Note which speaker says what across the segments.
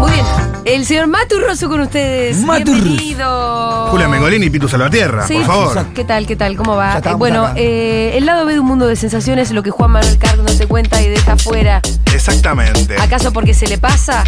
Speaker 1: Muy bien. El señor Maturroso con ustedes.
Speaker 2: Maturroso.
Speaker 1: Bienvenido.
Speaker 3: Julia Mengolini y Pitu Salvatierra,
Speaker 1: Sí.
Speaker 3: por favor.
Speaker 2: Exacto.
Speaker 1: ¿Qué tal? ¿Qué tal? ¿Cómo
Speaker 2: Ya
Speaker 1: va?
Speaker 2: estamos
Speaker 1: bueno,
Speaker 2: acá.
Speaker 1: eh, el lado B de un mundo de sensaciones, lo que Juan Manuel Carg no se cuenta y deja fuera.
Speaker 3: Exactamente.
Speaker 1: ¿Acaso porque se le pasa?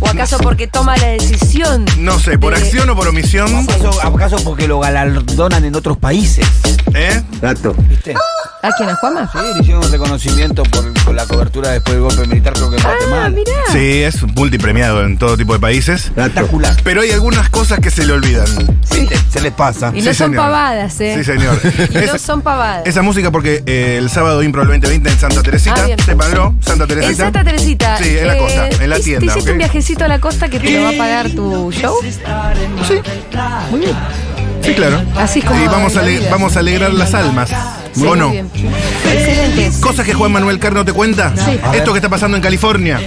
Speaker 1: ¿O acaso porque toma la decisión?
Speaker 3: No sé, por
Speaker 1: de-
Speaker 3: acción o por omisión,
Speaker 2: ¿Acaso, acaso porque lo galardonan en otros países?
Speaker 3: ¿eh?
Speaker 1: Ah.
Speaker 4: Dato.
Speaker 2: ¿Viste?
Speaker 1: ¿A quién? ¿A Juanma?
Speaker 2: Sí, le hicieron un reconocimiento por, por la cobertura después del golpe militar, creo que en
Speaker 1: Ah,
Speaker 2: Guatemala.
Speaker 1: mirá.
Speaker 3: Sí, es multipremiado en todo tipo de países.
Speaker 4: Dato.
Speaker 2: Espectacular.
Speaker 3: Pero hay algunas cosas que se le olvidan.
Speaker 2: ¿Viste? Se les pasa.
Speaker 1: Y
Speaker 3: Sí,
Speaker 1: no son
Speaker 3: señor.
Speaker 1: pavadas, ¿eh?
Speaker 3: Sí, señor.
Speaker 1: Y no
Speaker 3: Esa-
Speaker 1: son pavadas.
Speaker 3: Esa música porque eh, el sábado Impro el 2020 en Santa
Speaker 1: Ah,
Speaker 3: Teresita,
Speaker 1: bien.
Speaker 3: se pagó Santa Teresita.
Speaker 1: En Santa Teresita.
Speaker 3: Sí, en la
Speaker 1: eh,
Speaker 3: costa, en la
Speaker 1: ¿te-
Speaker 3: tienda.
Speaker 1: ¿Te hiciste
Speaker 3: ¿ok?
Speaker 1: un viajecito a la costa que te lo va a pagar tu show?
Speaker 3: Sí, claro.
Speaker 1: Así es como
Speaker 3: Y vamos a,
Speaker 1: la
Speaker 3: ale-
Speaker 1: vida.
Speaker 3: vamos a alegrar las almas.
Speaker 1: Sí,
Speaker 3: ¿O
Speaker 1: muy
Speaker 3: no?
Speaker 1: bien. Excelente.
Speaker 3: Cosas que Juan Manuel Carno te cuenta.
Speaker 1: Sí. A
Speaker 3: Esto que está pasando en California.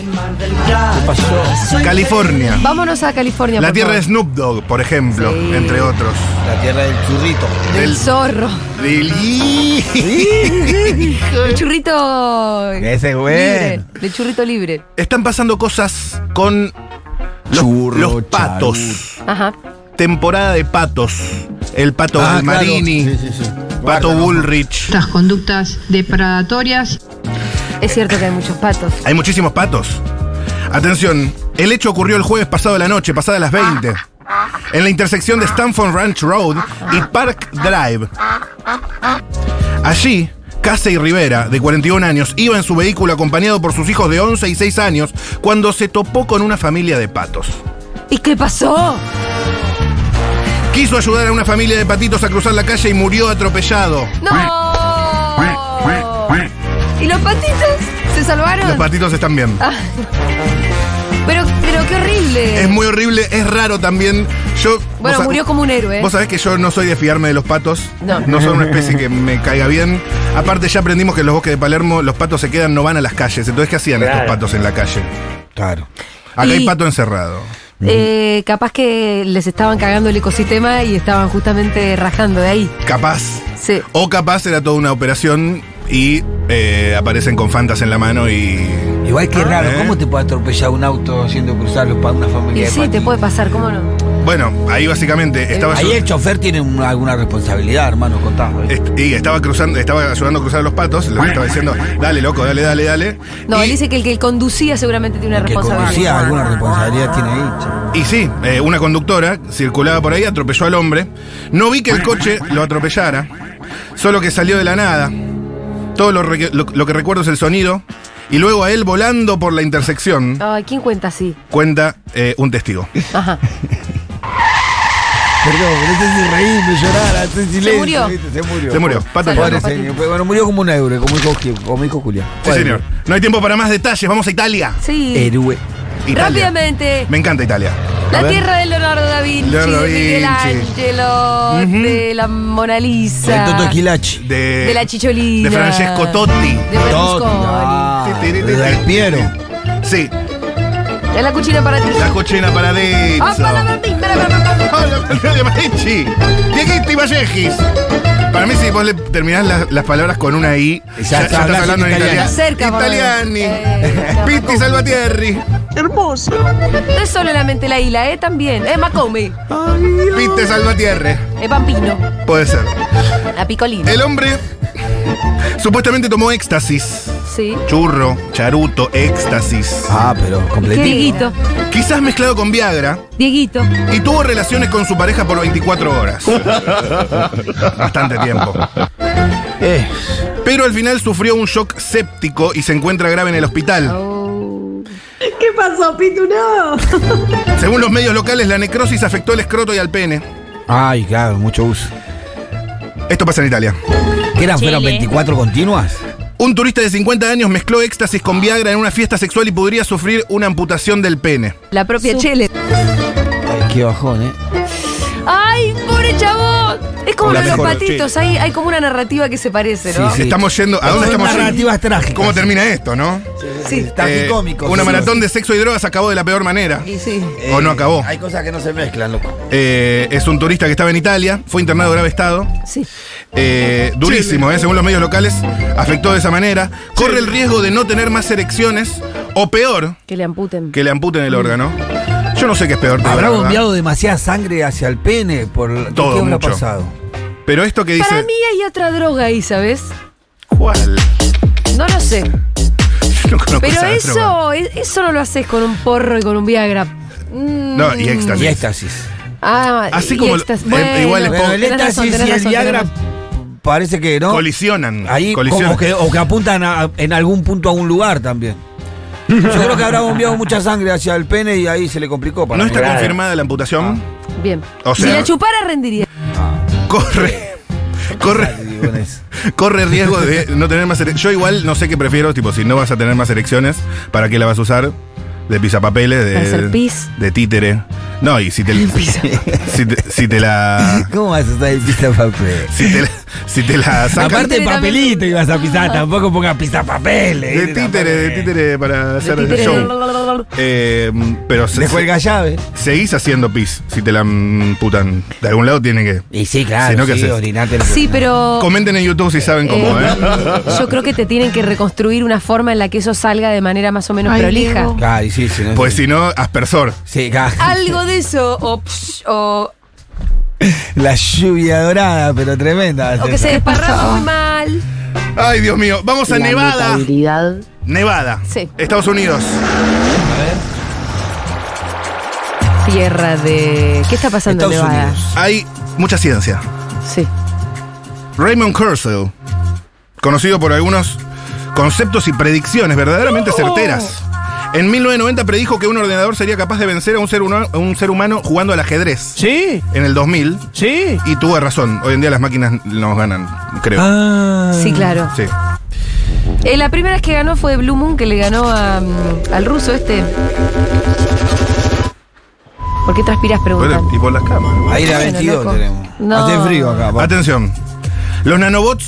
Speaker 1: Ah,
Speaker 2: ¿Qué pasó?
Speaker 3: California.
Speaker 1: Vámonos a California.
Speaker 3: La
Speaker 1: por
Speaker 3: tierra de
Speaker 1: favor.
Speaker 3: Snoop Dogg, por ejemplo,
Speaker 1: Sí.
Speaker 3: entre otros.
Speaker 2: La tierra del churrito.
Speaker 1: El
Speaker 3: del-
Speaker 1: zorro.
Speaker 3: del-
Speaker 1: El churrito.
Speaker 2: Ese es
Speaker 1: libre.
Speaker 2: bueno.
Speaker 1: El churrito libre.
Speaker 3: Están pasando cosas con los,
Speaker 2: Churro,
Speaker 3: los patos.
Speaker 1: Ajá.
Speaker 3: Temporada de patos. El pato
Speaker 2: Ah,
Speaker 3: Marini,
Speaker 2: claro. Sí, sí, sí.
Speaker 3: pato
Speaker 2: Guarda, ¿no?
Speaker 3: Bullrich.
Speaker 5: Estas conductas depredatorias
Speaker 1: Es cierto que hay muchos patos.
Speaker 3: Hay muchísimos patos. Atención, el hecho ocurrió el jueves pasado de la noche, pasada las 20. En la intersección de Stanford Ranch Road y Park Drive. Allí, Casey Rivera, de 41 años, iba en su vehículo acompañado por sus hijos de 11 y 6 años cuando se topó con una familia de patos.
Speaker 1: ¿Y qué pasó?
Speaker 3: Quiso ayudar a una familia de patitos a cruzar la calle y murió atropellado.
Speaker 1: ¡No! ¿Y los patitos? ¿Se salvaron?
Speaker 3: Los patitos están bien.
Speaker 1: pero, pero qué horrible.
Speaker 3: Es muy horrible, es raro también. Yo,
Speaker 1: bueno,
Speaker 3: vos sa-
Speaker 1: murió como un héroe.
Speaker 3: Vos sabés que yo no soy de fiarme de los patos.
Speaker 1: No.
Speaker 3: No. son una especie que me caiga bien. Aparte, ya aprendimos que en los bosques de Palermo los patos se quedan, no van a las calles. Entonces, ¿qué hacían estos patos en la calle?
Speaker 2: Claro.
Speaker 3: Acá
Speaker 1: Y-
Speaker 3: hay pato encerrado.
Speaker 1: Eh, capaz que les estaban cagando el ecosistema y estaban justamente rajando de ahí.
Speaker 3: Capaz.
Speaker 1: Sí.
Speaker 3: O capaz era toda una operación y eh, aparecen con fantas en la mano y.
Speaker 2: Igual que raro,
Speaker 3: ¿Eh?
Speaker 2: ¿cómo te puede atropellar un auto haciendo cruzar los pa- una familia
Speaker 1: Y
Speaker 2: de
Speaker 1: sí, te
Speaker 2: patitos?
Speaker 1: puede pasar, ¿cómo no?
Speaker 3: Bueno, ahí básicamente estaba.
Speaker 2: Ahí
Speaker 3: yo-
Speaker 2: el chofer tiene un- alguna responsabilidad, hermano, contamos.
Speaker 3: est- y estaba cruzando, estaba ayudando a cruzar a los patos, le estaba diciendo, dale loco, dale, dale, dale.
Speaker 1: No,
Speaker 3: y,
Speaker 1: él dice que el que conducía seguramente tiene una
Speaker 2: Que conducía
Speaker 1: responsabilidad.
Speaker 2: alguna responsabilidad tiene ahí. che.
Speaker 3: Y sí, eh, una conductora circulaba por ahí, atropelló al hombre. No vi que el coche lo atropellara, solo que salió de la nada. Todo lo, re- lo- lo que recuerdo es el sonido. Y luego a él volando por la intersección,
Speaker 1: Ay, ¿quién cuenta así?
Speaker 3: cuenta eh, un testigo.
Speaker 1: Ajá.
Speaker 2: Perdón, pero no sé si reírme, llorar, hacer silencio.
Speaker 1: murió.
Speaker 2: ¿viste? Se murió.
Speaker 3: Se murió, pato.
Speaker 1: Salud.
Speaker 2: Pobre
Speaker 3: enfermo.
Speaker 2: señor. Bueno, murió como un héroe, como hijo, Gil- como hijo Julián.
Speaker 3: Sí, señor. No hay tiempo para más detalles, vamos a Italia.
Speaker 1: Sí.
Speaker 2: Héroe.
Speaker 3: Italia.
Speaker 1: Rápidamente.
Speaker 3: Me encanta Italia. A
Speaker 1: La
Speaker 3: ver.
Speaker 1: tierra de Leonardo da Vinci,
Speaker 3: Leonardo
Speaker 1: de Miguel
Speaker 3: da Vinci.
Speaker 1: Ángelo, de la Mona
Speaker 2: El Toto
Speaker 1: Lisa,
Speaker 2: Quilachi.
Speaker 3: De,
Speaker 1: de la Chicholina,
Speaker 3: De Francesco Totti.
Speaker 1: de Berlusconi,
Speaker 2: Ah,
Speaker 3: Ti, ti, ti, ti,
Speaker 2: de Del
Speaker 3: ti.
Speaker 2: Piero.
Speaker 3: Sí,
Speaker 1: de la cuchina para ti.
Speaker 3: la cochina para
Speaker 1: ¡Ah, para, para, para, para, para, para!
Speaker 3: Hola, Fernando de Marechi. Dieguito y Vallejis. Para mí, si vos le terminás las, las palabras con una I,
Speaker 2: Ya
Speaker 3: ya,
Speaker 2: está,
Speaker 3: ya estás
Speaker 2: hablas
Speaker 3: hablando en
Speaker 2: en
Speaker 3: italiano.
Speaker 2: italiano.
Speaker 1: Cerca, por lo
Speaker 3: Italiani.
Speaker 1: menos. Eh,
Speaker 3: Pitti Salvatierri.
Speaker 1: No es solamente la isla, ¿eh? También. Es Macome,
Speaker 3: Pitti Salvatierre.
Speaker 1: es Pampino,
Speaker 3: Puede ser.
Speaker 1: la Picolina.
Speaker 3: El hombre supuestamente tomó éxtasis.
Speaker 1: Sí.
Speaker 3: Churro, charuto, éxtasis.
Speaker 2: Ah, pero completito.
Speaker 1: Dieguito,
Speaker 3: Quizás mezclado con Viagra.
Speaker 1: Dieguito.
Speaker 3: Y tuvo relaciones con su pareja por 24 horas. Bastante tiempo.
Speaker 2: Eh,
Speaker 3: Pero al final sufrió un shock séptico y se encuentra grave en el hospital.
Speaker 1: Oh.
Speaker 6: ¿Qué pasó, Pitu? No.
Speaker 3: Según los medios locales, la necrosis afectó el escroto y al pene.
Speaker 2: Ay, claro, mucho uso.
Speaker 3: Esto pasa en Italia.
Speaker 2: ¿Qué eran? ¿Fueron 24 continuas?
Speaker 3: Un turista de 50 años mezcló éxtasis con Viagra en una fiesta sexual y podría sufrir una amputación del pene.
Speaker 1: La propia Chele.
Speaker 2: Ay, qué bajón, ¿eh?
Speaker 1: ¡Ay, pobre chabón! Es como
Speaker 3: La
Speaker 1: lo de los
Speaker 3: mejor,
Speaker 1: patitos, hay, hay como una narrativa que se parece, ¿no?
Speaker 3: Sí, Estamos yendo. ¿A dónde
Speaker 4: Son
Speaker 3: estamos yendo?
Speaker 4: narrativas trágicas.
Speaker 3: ¿Cómo termina esto, no?
Speaker 1: Sí.
Speaker 3: Eh,
Speaker 4: Tragicómicos.
Speaker 3: Una
Speaker 4: Sí. Eh,
Speaker 3: maratón de sexo y drogas acabó de la peor manera.
Speaker 1: Y sí.
Speaker 3: ¿O no acabó?
Speaker 4: Hay cosas que no se mezclan, loco.
Speaker 3: Eh, es un turista que estaba en Italia, fue internado de grave estado.
Speaker 1: Sí.
Speaker 3: Eh, durísimo, eh, según los medios locales, afectó de esa manera. Corre el riesgo de no tener más erecciones o peor,
Speaker 1: Que le amputen.
Speaker 3: que le amputen el órgano. Yo no sé qué es peor. te digo
Speaker 4: ¿Habrá
Speaker 3: la Ah, verdad.
Speaker 4: bombeado demasiada sangre hacia el pene? Por...
Speaker 3: Todo,
Speaker 4: ¿Qué habrá
Speaker 3: mucho.
Speaker 4: pasado?
Speaker 3: Pero esto que dice.
Speaker 1: Para mí hay otra droga ahí, ¿sabes?
Speaker 3: ¿Cuál?
Speaker 1: No lo sé.
Speaker 3: No conozco
Speaker 1: Pero
Speaker 3: esa
Speaker 1: eso,
Speaker 3: droga.
Speaker 1: e- eso no lo haces con un porro y con un Viagra. Mm.
Speaker 3: No, y éxtasis.
Speaker 4: Y éxtasis.
Speaker 1: Ah,
Speaker 3: Así
Speaker 1: y
Speaker 3: como-
Speaker 1: éxtasis.
Speaker 3: eh, igual es
Speaker 4: Bueno,
Speaker 3: po-
Speaker 4: el
Speaker 1: tenés razón, tenés
Speaker 4: éxtasis y el
Speaker 1: razón, tenés
Speaker 4: Viagra
Speaker 1: razón.
Speaker 4: parece que no.
Speaker 3: Colisionan.
Speaker 4: Ahí
Speaker 3: colisionan.
Speaker 4: como que, o que apuntan a- en algún punto a un lugar también. Yo creo que habrá bombeado mucha sangre hacia el pene y ahí se le complicó. Para
Speaker 3: No
Speaker 4: mí.
Speaker 3: está confirmada la amputación.
Speaker 1: Bien.
Speaker 3: O
Speaker 1: si
Speaker 3: sea-
Speaker 1: la chupara rendiría.
Speaker 3: Corre. Corre.
Speaker 4: Ay, bueno, es-
Speaker 3: Corre riesgo de no tener más erecciones. Yo igual no sé qué prefiero, tipo, si no vas a tener más erecciones, ¿para qué la vas a usar? De pisapapeles, de.
Speaker 1: Para hacer pis.
Speaker 3: De títere. No, y si te, si te. si te la.
Speaker 4: ¿Cómo vas a estar en pista papel?
Speaker 3: Si te la, si te la sacan.
Speaker 4: Aparte
Speaker 1: Títere
Speaker 4: papelito ibas a pisar, tampoco pongas pista eh, papeles.
Speaker 3: de títere, de títere para hacer el
Speaker 1: Títere-
Speaker 3: show. Eh, pero se-
Speaker 4: Le cuelga llave.
Speaker 3: seguís haciendo pis si te la amputan. De algún lado tiene que.
Speaker 4: Y sí,
Speaker 3: claro, Si no, ¿qué sí, haces?
Speaker 4: orinate.
Speaker 1: Sí, pero.
Speaker 3: Comenten en YouTube si saben cómo,
Speaker 1: eh,
Speaker 3: ¿eh?
Speaker 1: Yo creo que te tienen que reconstruir una forma en la que eso salga de manera más o menos
Speaker 6: Ay,
Speaker 1: prolija.
Speaker 6: Diego.
Speaker 4: Claro, y sí, sí. No,
Speaker 3: Pues
Speaker 4: sí.
Speaker 3: si no, aspersor.
Speaker 4: Sí, claro.
Speaker 1: Algo de eso, o, psh, o,
Speaker 4: La lluvia dorada, pero tremenda. va a
Speaker 1: o
Speaker 4: ser.
Speaker 1: que se desparrama muy mal.
Speaker 3: Ay, Dios mío. Vamos a
Speaker 7: La
Speaker 3: Nevada.
Speaker 7: notabilidad
Speaker 3: Nevada.
Speaker 1: Sí.
Speaker 3: Estados Unidos.
Speaker 1: Tierra de. ¿Qué está pasando en
Speaker 4: Estados
Speaker 1: Nevada?
Speaker 4: Unidos.
Speaker 3: Hay mucha ciencia.
Speaker 1: Sí.
Speaker 3: Raymond Kurzweil, conocido por algunos conceptos y predicciones verdaderamente certeras. En 1990 predijo que un ordenador sería capaz de vencer a un ser, huno- a un ser humano jugando al ajedrez.
Speaker 8: Sí,
Speaker 3: En el 2000.
Speaker 8: sí.
Speaker 3: Y tuvo razón. Hoy en día las máquinas nos ganan, creo.
Speaker 4: Ah.
Speaker 1: Sí, claro.
Speaker 3: Sí.
Speaker 1: Eh, la primera vez que ganó fue Blue Moon, que le ganó a, mm, al ruso este. ¿Por qué transpiras? Preguntan.
Speaker 3: Bueno, y por las cámaras.
Speaker 4: Ahí la
Speaker 1: Bueno,
Speaker 4: 22
Speaker 1: loco.
Speaker 4: tenemos.
Speaker 1: No.
Speaker 4: Hace frío acá. papá.
Speaker 3: Atención. Los nanobots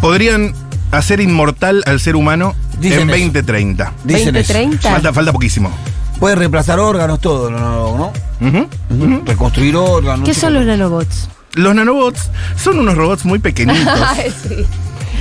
Speaker 3: podrían hacer inmortal al ser humano
Speaker 4: Dicen
Speaker 3: en
Speaker 4: eso.
Speaker 3: 2030.
Speaker 4: Dicen eso.
Speaker 1: 20-30.
Speaker 3: Falta, falta poquísimo.
Speaker 4: Puede reemplazar órganos, todo, ¿no? ¿no?
Speaker 3: Ujú.
Speaker 4: Ujú. Reconstruir órganos.
Speaker 1: ¿Qué
Speaker 4: todo.
Speaker 1: son los nanobots?
Speaker 3: Los nanobots son unos robots muy pequeñitos.
Speaker 1: Ay, sí.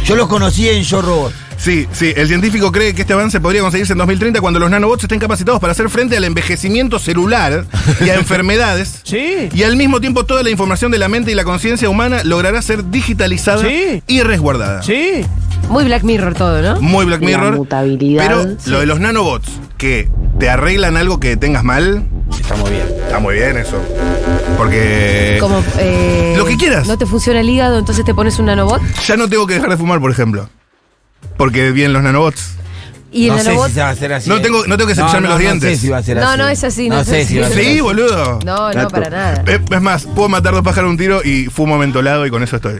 Speaker 4: Yo los conocí en Yo Robot.
Speaker 3: Sí, sí, el científico cree que este avance podría conseguirse en 2030 cuando los nanobots estén capacitados para hacer frente al envejecimiento celular y a enfermedades.
Speaker 8: Sí.
Speaker 3: Y al mismo tiempo toda la información de la mente y la conciencia humana logrará ser digitalizada
Speaker 8: Sí.
Speaker 3: y resguardada.
Speaker 8: Sí.
Speaker 1: Muy Black Mirror todo, ¿no?
Speaker 3: Muy Black
Speaker 7: La
Speaker 3: Mirror.
Speaker 7: mutabilidad,
Speaker 3: Pero
Speaker 7: sí.
Speaker 3: lo de los nanobots, que te arreglan algo que tengas mal,
Speaker 4: Está muy bien.
Speaker 3: está muy bien eso. Porque
Speaker 1: Como, eh,
Speaker 3: Lo que quieras.
Speaker 1: No te funciona el hígado, entonces te pones un nanobot.
Speaker 3: ya no tengo que dejar de fumar, por ejemplo. Porque vienen los nanobots.
Speaker 1: Y el
Speaker 4: no sé
Speaker 1: nanobot.
Speaker 4: si se va a hacer así. ¿eh?
Speaker 3: No tengo- no tengo que cepillarme los
Speaker 4: No
Speaker 3: dientes.
Speaker 4: sé si va a ser
Speaker 1: No,
Speaker 4: así.
Speaker 1: no es así, no
Speaker 4: No,
Speaker 1: es
Speaker 4: sé
Speaker 1: así.
Speaker 4: si va a ser
Speaker 3: Sí,
Speaker 4: así.
Speaker 3: boludo.
Speaker 1: No, no, para nada.
Speaker 3: Eh, Es más, puedo matar dos pájaros de un tiro y fumo mentolado y con eso estoy.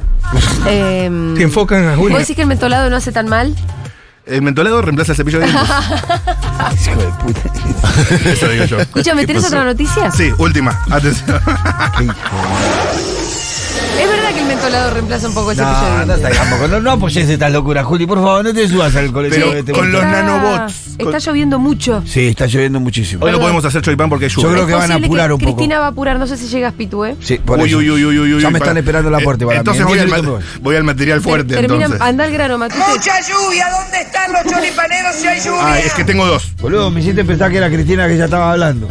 Speaker 1: Eh,
Speaker 8: Te enfocan a
Speaker 1: ¿Vos
Speaker 8: Julia.
Speaker 1: decís que el mentolado no hace tan mal?
Speaker 3: El mentolado reemplaza el cepillo de dientes.
Speaker 4: Hijo de puta.
Speaker 3: Eso digo yo.
Speaker 1: Escúchame, ¿tenés otra noticia?
Speaker 3: Sí, última. Atención.
Speaker 1: Es verdad que el mentolado reemplaza un poco el cepillo
Speaker 4: No,
Speaker 1: de
Speaker 4: no,
Speaker 1: dientes.
Speaker 4: está- tampoco. no, no apoyes estas locuras, Juli. Por favor, no te subas al colectivo
Speaker 3: Pero
Speaker 4: de este
Speaker 3: con
Speaker 4: momento.
Speaker 3: los
Speaker 1: Está-
Speaker 3: nanobots.
Speaker 1: Está lloviendo mucho.
Speaker 4: Sí, está lloviendo muchísimo.
Speaker 3: Hoy no podemos hacer choripán porque hay lluvia.
Speaker 4: Yo creo
Speaker 1: Es
Speaker 4: que van a
Speaker 1: posible
Speaker 4: apurar un poco.
Speaker 1: Cristina va a apurar, no sé si llegas, Pitu, ¿eh?
Speaker 4: Sí, por
Speaker 3: Uy,
Speaker 4: eso.
Speaker 3: uy, uy, uy, uy, uy,
Speaker 4: Ya me
Speaker 3: para-
Speaker 4: están esperando la
Speaker 3: Eh,
Speaker 4: puerta para mí.
Speaker 3: Entonces
Speaker 4: En
Speaker 3: voy al,
Speaker 4: diez
Speaker 3: ma-
Speaker 4: minutos me voy.
Speaker 3: voy al material fuerte.
Speaker 1: Ter- termina,
Speaker 3: entonces.
Speaker 1: anda al grano, Matute.
Speaker 9: Mucha lluvia, ¿dónde están los choripaneros si hay lluvia?
Speaker 3: Ah, es que tengo dos.
Speaker 4: Boludo, me hiciste pensar que era Cristina que ya estaba hablando.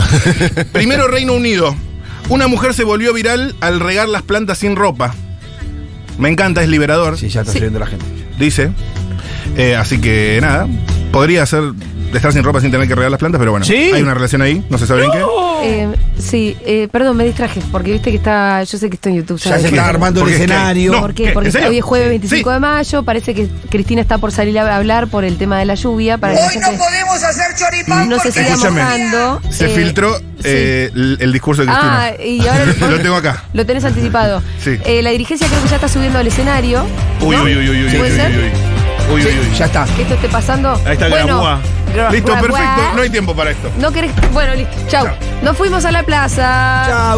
Speaker 3: Primero Reino Unido. Una mujer se volvió viral al regar las plantas sin ropa. Me encanta, es liberador,
Speaker 4: Sí, ya está saliendo la gente.
Speaker 3: dice. Eh, así que nada, podría ser estar sin ropa sin tener que regar las plantas, pero bueno,
Speaker 8: Sí.
Speaker 3: hay una relación ahí, no se sabe bien qué.
Speaker 1: Eh, sí, eh, perdón, me distraje, porque viste que está. Yo sé que estoy en YouTube,
Speaker 4: Ya
Speaker 1: ¿sabes?
Speaker 4: se
Speaker 3: ¿Qué?
Speaker 4: está armando
Speaker 3: ¿Por
Speaker 4: el
Speaker 3: qué?
Speaker 4: escenario.
Speaker 3: No.
Speaker 1: ¿Por qué?
Speaker 3: ¿Qué?
Speaker 1: Porque
Speaker 3: ¿En serio?
Speaker 1: hoy es jueves
Speaker 3: Sí.
Speaker 1: 25 de mayo, parece que Cristina está por salir a hablar por el tema de la lluvia, para que la
Speaker 9: Hoy no
Speaker 1: gente
Speaker 9: podemos hacer choripán
Speaker 1: no se
Speaker 9: porque
Speaker 1: siga
Speaker 3: Escúchame,
Speaker 1: mojando.
Speaker 3: Se
Speaker 1: Eh,
Speaker 3: filtró eh, el, el discurso de Cristina.
Speaker 1: Ah, y ahora
Speaker 3: Lo tengo acá.
Speaker 1: Lo tenés anticipado.
Speaker 3: Sí.
Speaker 1: Eh, la dirigencia creo que ya está subiendo al escenario.
Speaker 3: Uy,
Speaker 1: ¿no?
Speaker 3: uy, uy, uy, uy,
Speaker 1: ¿Puede
Speaker 3: uy,
Speaker 1: ser?
Speaker 3: uy, uy. Uy, uy, uy.
Speaker 4: Ya está.
Speaker 1: Que esto esté pasando.
Speaker 3: Ahí está
Speaker 1: Bueno,
Speaker 3: Grabúa.
Speaker 1: Grabúa.
Speaker 3: Listo, perfecto. No hay tiempo para esto.
Speaker 1: No querés. Bueno, listo. Chau.
Speaker 3: Chau.
Speaker 1: Nos fuimos a la plaza.
Speaker 4: Chao.